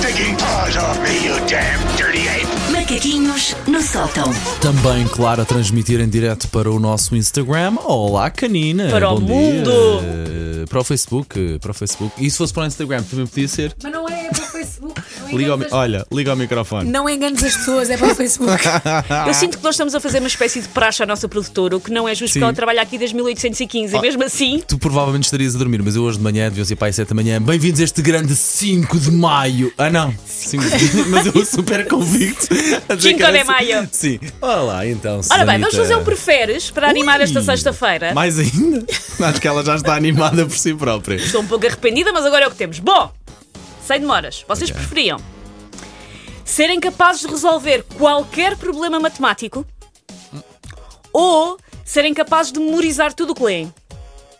taking paws off me, you damn dirty ape! Macaquinhos no sótão. Também, claro, a transmitir em direto para o nosso Instagram. Olá, canina. Para Bom o dia. mundo. Eh, Para o Facebook. eh, Para o Facebook. E se fosse para o Instagram, também podia ser. Mas não é, é para o Facebook. Não Liga ao Oh. mi- enganes as- olha, liga ao microfone. Não enganes as pessoas, é para o Facebook. Eu sinto que nós estamos a fazer uma espécie de praxe à nossa produtora, o que não é justo, Sim. Oh. porque ela trabalha aqui desde 1815 e mesmo assim. Tu provavelmente estarias a dormir, mas eu hoje de manhã, deviam ser para as 7 da manhã. Bem-vindos a este grande 5 de maio. Ah, não. 5 de mas eu super convicto. a dizer 5 que era de assim. maio. Sim. Olá, então. Ora bem, vamos Susanita. fazer um preferes para animar esta sexta-feira. Mais ainda? Acho que ela já está animada por si própria. Estou um pouco arrependida, mas agora é o que temos. Bom, sem demoras, vocês Ok. preferiam serem capazes de resolver qualquer problema matemático Hum. ou serem capazes de memorizar tudo o que leem?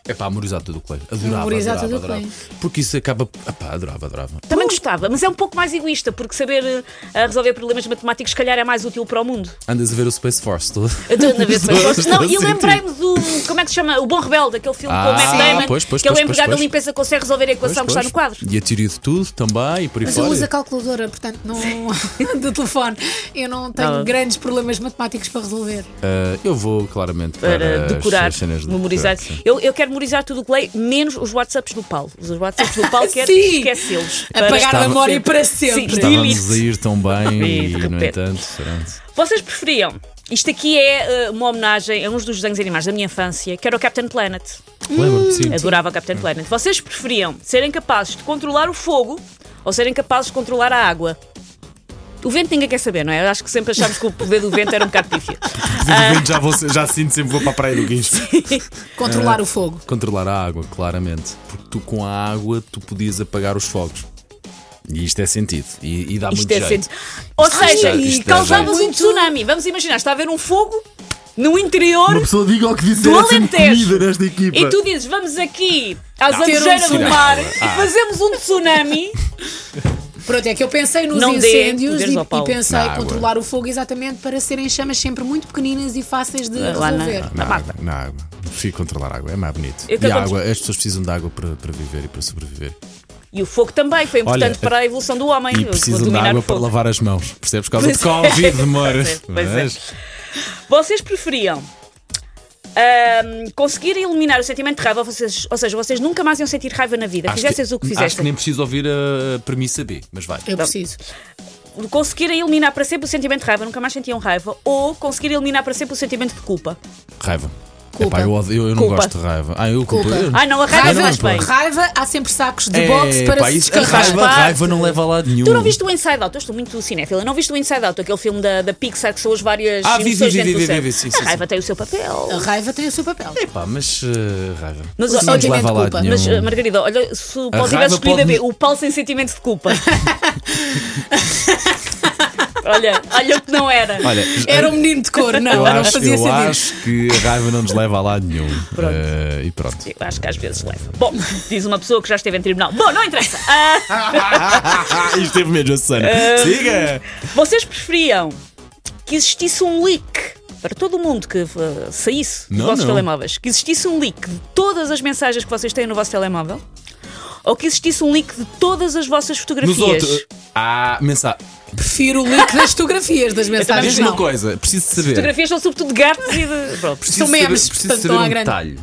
É pá, memorizar tudo o que leio. Adorava, Memorizar adorava, tudo o que adorava. leio. Porque isso acaba. Epá, adorava, adorava. Também gostava, mas é um pouco mais egoísta, porque saber eh, resolver problemas matemáticos, se calhar, é mais útil para o mundo. Andas a ver o Space Force todo. Eu tô na versão Estou- oposta. Não, estou e a sentir. lembrei-me do. Como é que se chama? O Bom Rebelde, aquele filme Ah, com o Matt sim. Damon. pois, pois, que ele pois, é empregado pois, da limpeza, consegue resolver a equação que está no quadro. E a teoria de tudo também e por aí Mas eu fora. uso a calculadora, portanto, não do telefone. Eu não tenho Nada. grandes problemas matemáticos para resolver. Ah, eu vou claramente para, Para as- decorar, as cenas de memorizar. decorar, sim. eu, eu quero memorizar tudo o que leio, menos os WhatsApps do Paulo. Os WhatsApps do Paulo quero Sim. esquecê-los. Apagar Estava- a memória para Sim. sempre. Estávamos Delete. a ir tão bem E e, de no repente. entanto, pronto. Vocês preferiam? Isto aqui é eh, uma homenagem a uns dos desenhos animais da minha infância, que era o Captain Planet. Hum, Lembro-me, sim. Adorava o Captain Planet. Vocês preferiam serem capazes de controlar o fogo ou serem capazes de controlar a água? O vento ninguém quer saber, não é? Eu acho que sempre achámos que o poder do vento era um bocado pífio. De repente já, vou, Ah. já sinto sempre vou para a praia do Guincho. Eh, Controlar o fogo. Controlar a água, claramente. Porque tu com a água tu podias apagar os fogos. E isto é sentido. E, e dá Isto muito é jeito. sentido. Ou seja, isto- é isto dá causavas jeito. um tsunami. Vamos imaginar, está a haver um fogo no interior pessoa diga o que disse do Alentejo. nesta equipa. E tu dizes, vamos aqui às Ter um Amejeiras do tsunami. Mar Ah. e fazemos um tsunami. Pronto, é que eu pensei nos Não dê incêndios poderes e, ao Paulo. e pensei Na água. controlar o fogo exatamente para serem chamas sempre muito pequeninas e fáceis de Lá na- resolver. Na Mata. água, na água. Prefiro controlar a água, é mais bonito. Eu e quero a água, as pessoas precisam de água para, para viver e para sobreviver. E o fogo também foi importante Olha, para a evolução do homem. E precisam de dominar água o para fogo. lavar as mãos. Percebes? Por causa de Pois é. Covid, amor. Pois é, pois é. Mas Vocês preferiam ahm, conseguir eliminar o sentimento de raiva, vocês- ou seja, vocês nunca mais iam sentir raiva na vida, acho fizessem o que Acho que fizessem. nem preciso ouvir a premissa B, mas vai. Então, Eu preciso. Conseguirem eliminar para sempre o sentimento de raiva, nunca mais sentiam raiva, ou conseguir eliminar para sempre o sentimento de culpa. Raiva. Culpa. Epá, eu, odeio- eu- eu não Culpa. gosto de raiva. Ah, eu culpa. Culpa. Eu- Ai não, a raiva Raiva faz não, bem. pô. Raiva, há sempre sacos de É, boxe para pá, se isso- a descarregar. raiva, Faz raiva não leva a lado nenhum. Tu não viste o Inside Out? Eu estou muito cinéfila. Não viste o Inside Out, aquele filme da, da Pixar que são as várias Ah, vi, vi, emoções vi, dentro vi, do vi, cérebro. vi, sim, Ah, sim, A raiva tem o seu papel. A raiva tem o seu papel. Epá, mas eh, raiva. Mas, O ó, sentimento leva a de lado culpa. nenhum. Mas, eh, Margarida, olha, se é um- o Paulo raiva tivesse escolhido pode- a B, o Paulo sem sentimento de culpa. olha, olha o que não era. Olha, eh, Era um menino de cor, não, eu não acho, fazia eu sentido. acho que a raiva não nos leva a lado nenhum. Pronto. Eh, e pronto. Eu acho que às vezes leva. Bom, diz uma pessoa que já esteve em tribunal. Bom, não interessa. Ah, Isto teve mesmo a Susana. Eh, Siga! vocês preferiam que existisse um leak para todo o mundo que eh, saísse dos Não, vossos não. telemóveis? Que existisse um leak de todas as mensagens que vocês têm no vosso telemóvel? Ou que existisse um leak de todas as vossas fotografias? Nos outros. Ah, mensagem. Prefiro o link das fotografias das mensagens. Diz-me Não. uma coisa, preciso saber. Fotografias são sobretudo de gatos e de. Pronto. Preciso São memes, saber, preciso portanto, saber não há um grande. detalhe.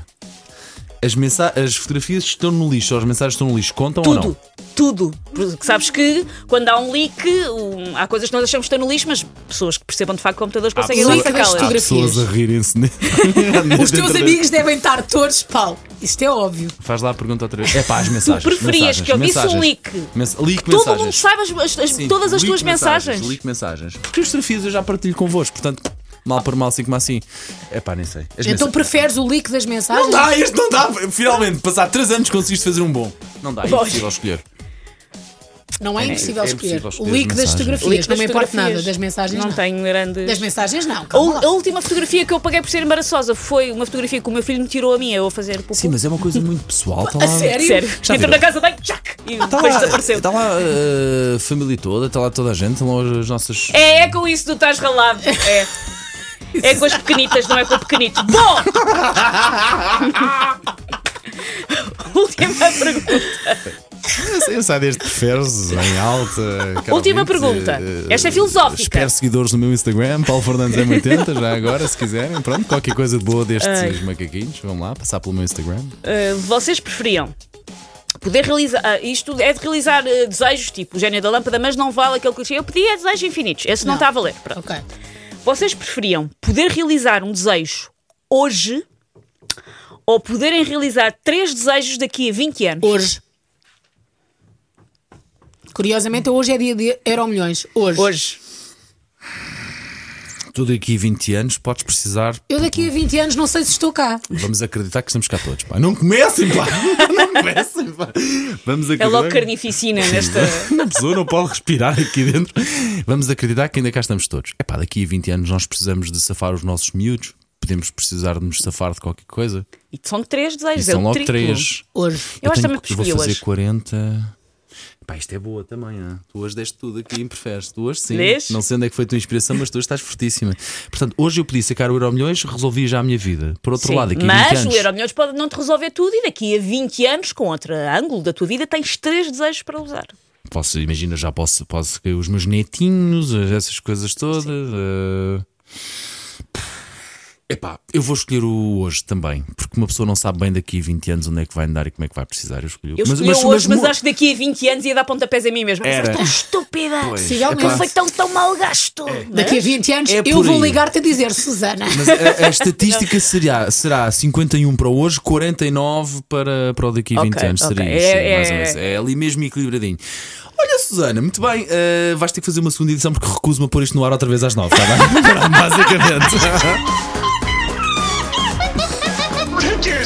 As, mensa- as fotografias estão no lixo, ou as mensagens estão no lixo, contam ou Tudo. não? Tudo. Porque sabes que quando há um leak, um- há coisas que nós achamos que estão no lixo, mas pessoas que percebam de facto computadores Ah, conseguem pessoas- há identificá-las. fotografias. pessoas a rirem-se. Os teus amigos devem estar todos pau. Isto é óbvio. Faz lá a pergunta outra vez. É pá, as mensagens. preferias mensagens, que eu visse um mensagens. leak? Mens- leak Todo mensagens. mundo saiba as- as- as- Sim, todas as leak tuas mensagens. Leak mensagens. Porque as fotografias eu já partilho convosco, portanto, mal por mal, assim como assim. É pá, nem sei. As mensa- Então preferes o link das mensagens? Não dá, este não dá. Finalmente, passar 3 anos conseguiste fazer um bom. Não dá, é Bom. impossível escolher. Não é, impossível é escolher. impossível O escolher link as das mensagens. O leak fotografias, não das me importa fotografias. nada. Das mensagens, Não não. tenho grandes. Das mensagens, não. A, Calma u- lá. a última fotografia que eu paguei por ser embaraçosa foi uma fotografia que o meu filho me tirou a minha, eu a fazer pupu. Sim, mas é uma coisa muito pessoal. Tá lá, A sério? Sério. Já Entrou viram? na casa bem, tchac! E Está depois lá, Então- desapareceu. está lá uh, a família toda, está lá toda a gente, estão lá as nossas. É, é com isso tu estás ralado. É. É com as pequenitas, não é com o pequenito. Bom! Última pergunta. Eu sei, Eu saio desde preferes em alta. caro Última ouvinte, pergunta. eh, Esta é filosófica. Espero seguidores no meu Instagram, Paulo Fernandes M80, já agora, se quiserem. Pronto, qualquer coisa de boa destes Ai. macaquinhos. Vamos lá, passar pelo meu Instagram. Uh, vocês preferiam poder realizar. ah, isto é de realizar uh, desejos tipo o gênio da lâmpada, mas não vale aquele clichê. Eu pedi é desejos infinitos. Esse não Não. está a valer. Pronto. Ok. Vocês preferiam poder realizar um desejo hoje ou poderem realizar três desejos daqui a 20 anos? Hoje. Curiosamente, hoje é dia de Euro Milhões. Hoje. Hoje. Tu daqui 20 anos podes precisar. Eu daqui a 20 anos não sei se estou cá. Vamos acreditar que estamos cá todos. Pá. Não comecem, pá! Não comecem, pá! Vamos É acreditar. logo carnificina nesta. Uma pessoa não pode respirar aqui dentro. Vamos acreditar que ainda cá estamos todos. É pá, daqui a 20 anos nós precisamos de safar os nossos miúdos. Podemos precisar de nos safar de qualquer coisa. E são três E desejos. é são o logo triplo. três. Hoje. Eu acho tenho- também que vou escolhi fazer hoje. 40. Pá, isto é boa também, ah. Tu hoje deste tudo aqui e me preferes. Tu hoje sim. Vês? Não sei onde é que foi a tua inspiração, mas tu hoje estás fortíssima. Portanto, hoje eu podia sacar o Euro Milhões, resolvi já a minha vida. Por outro Sim, lado, aqui mas 20 anos. o Euromilhões pode não te resolver tudo e daqui a 20 anos, com outro ângulo da tua vida, tens três desejos para usar. Posso, imagina, já posso, posso que os meus netinhos, essas coisas todas. eh. Epá, eu vou escolher o hoje também, porque uma pessoa não sabe bem daqui a 20 anos onde é que vai andar e como é que vai precisar. Eu escolhi o Eu escolhi hoje, mas, acho que daqui a 20 anos ia dar pontapés a mim mesmo. Mas Era. tão estúpida! Possivelmente. Não foi tão, tão mal gasto! Daqui a 20 anos É eu por vou aí. ligar-te a dizer, Susana. Mas a, a estatística seria, será 51 para hoje, 49 para, para o daqui a 20 Ok, anos. Seria ok. isso, É- sim, mais ou é- menos. É ali mesmo equilibradinho. Olha, Susana, muito bem, eh, vais ter que fazer uma segunda edição porque recuso-me a pôr isto no ar outra vez às 9, está bem? Pronto, Basicamente. Take your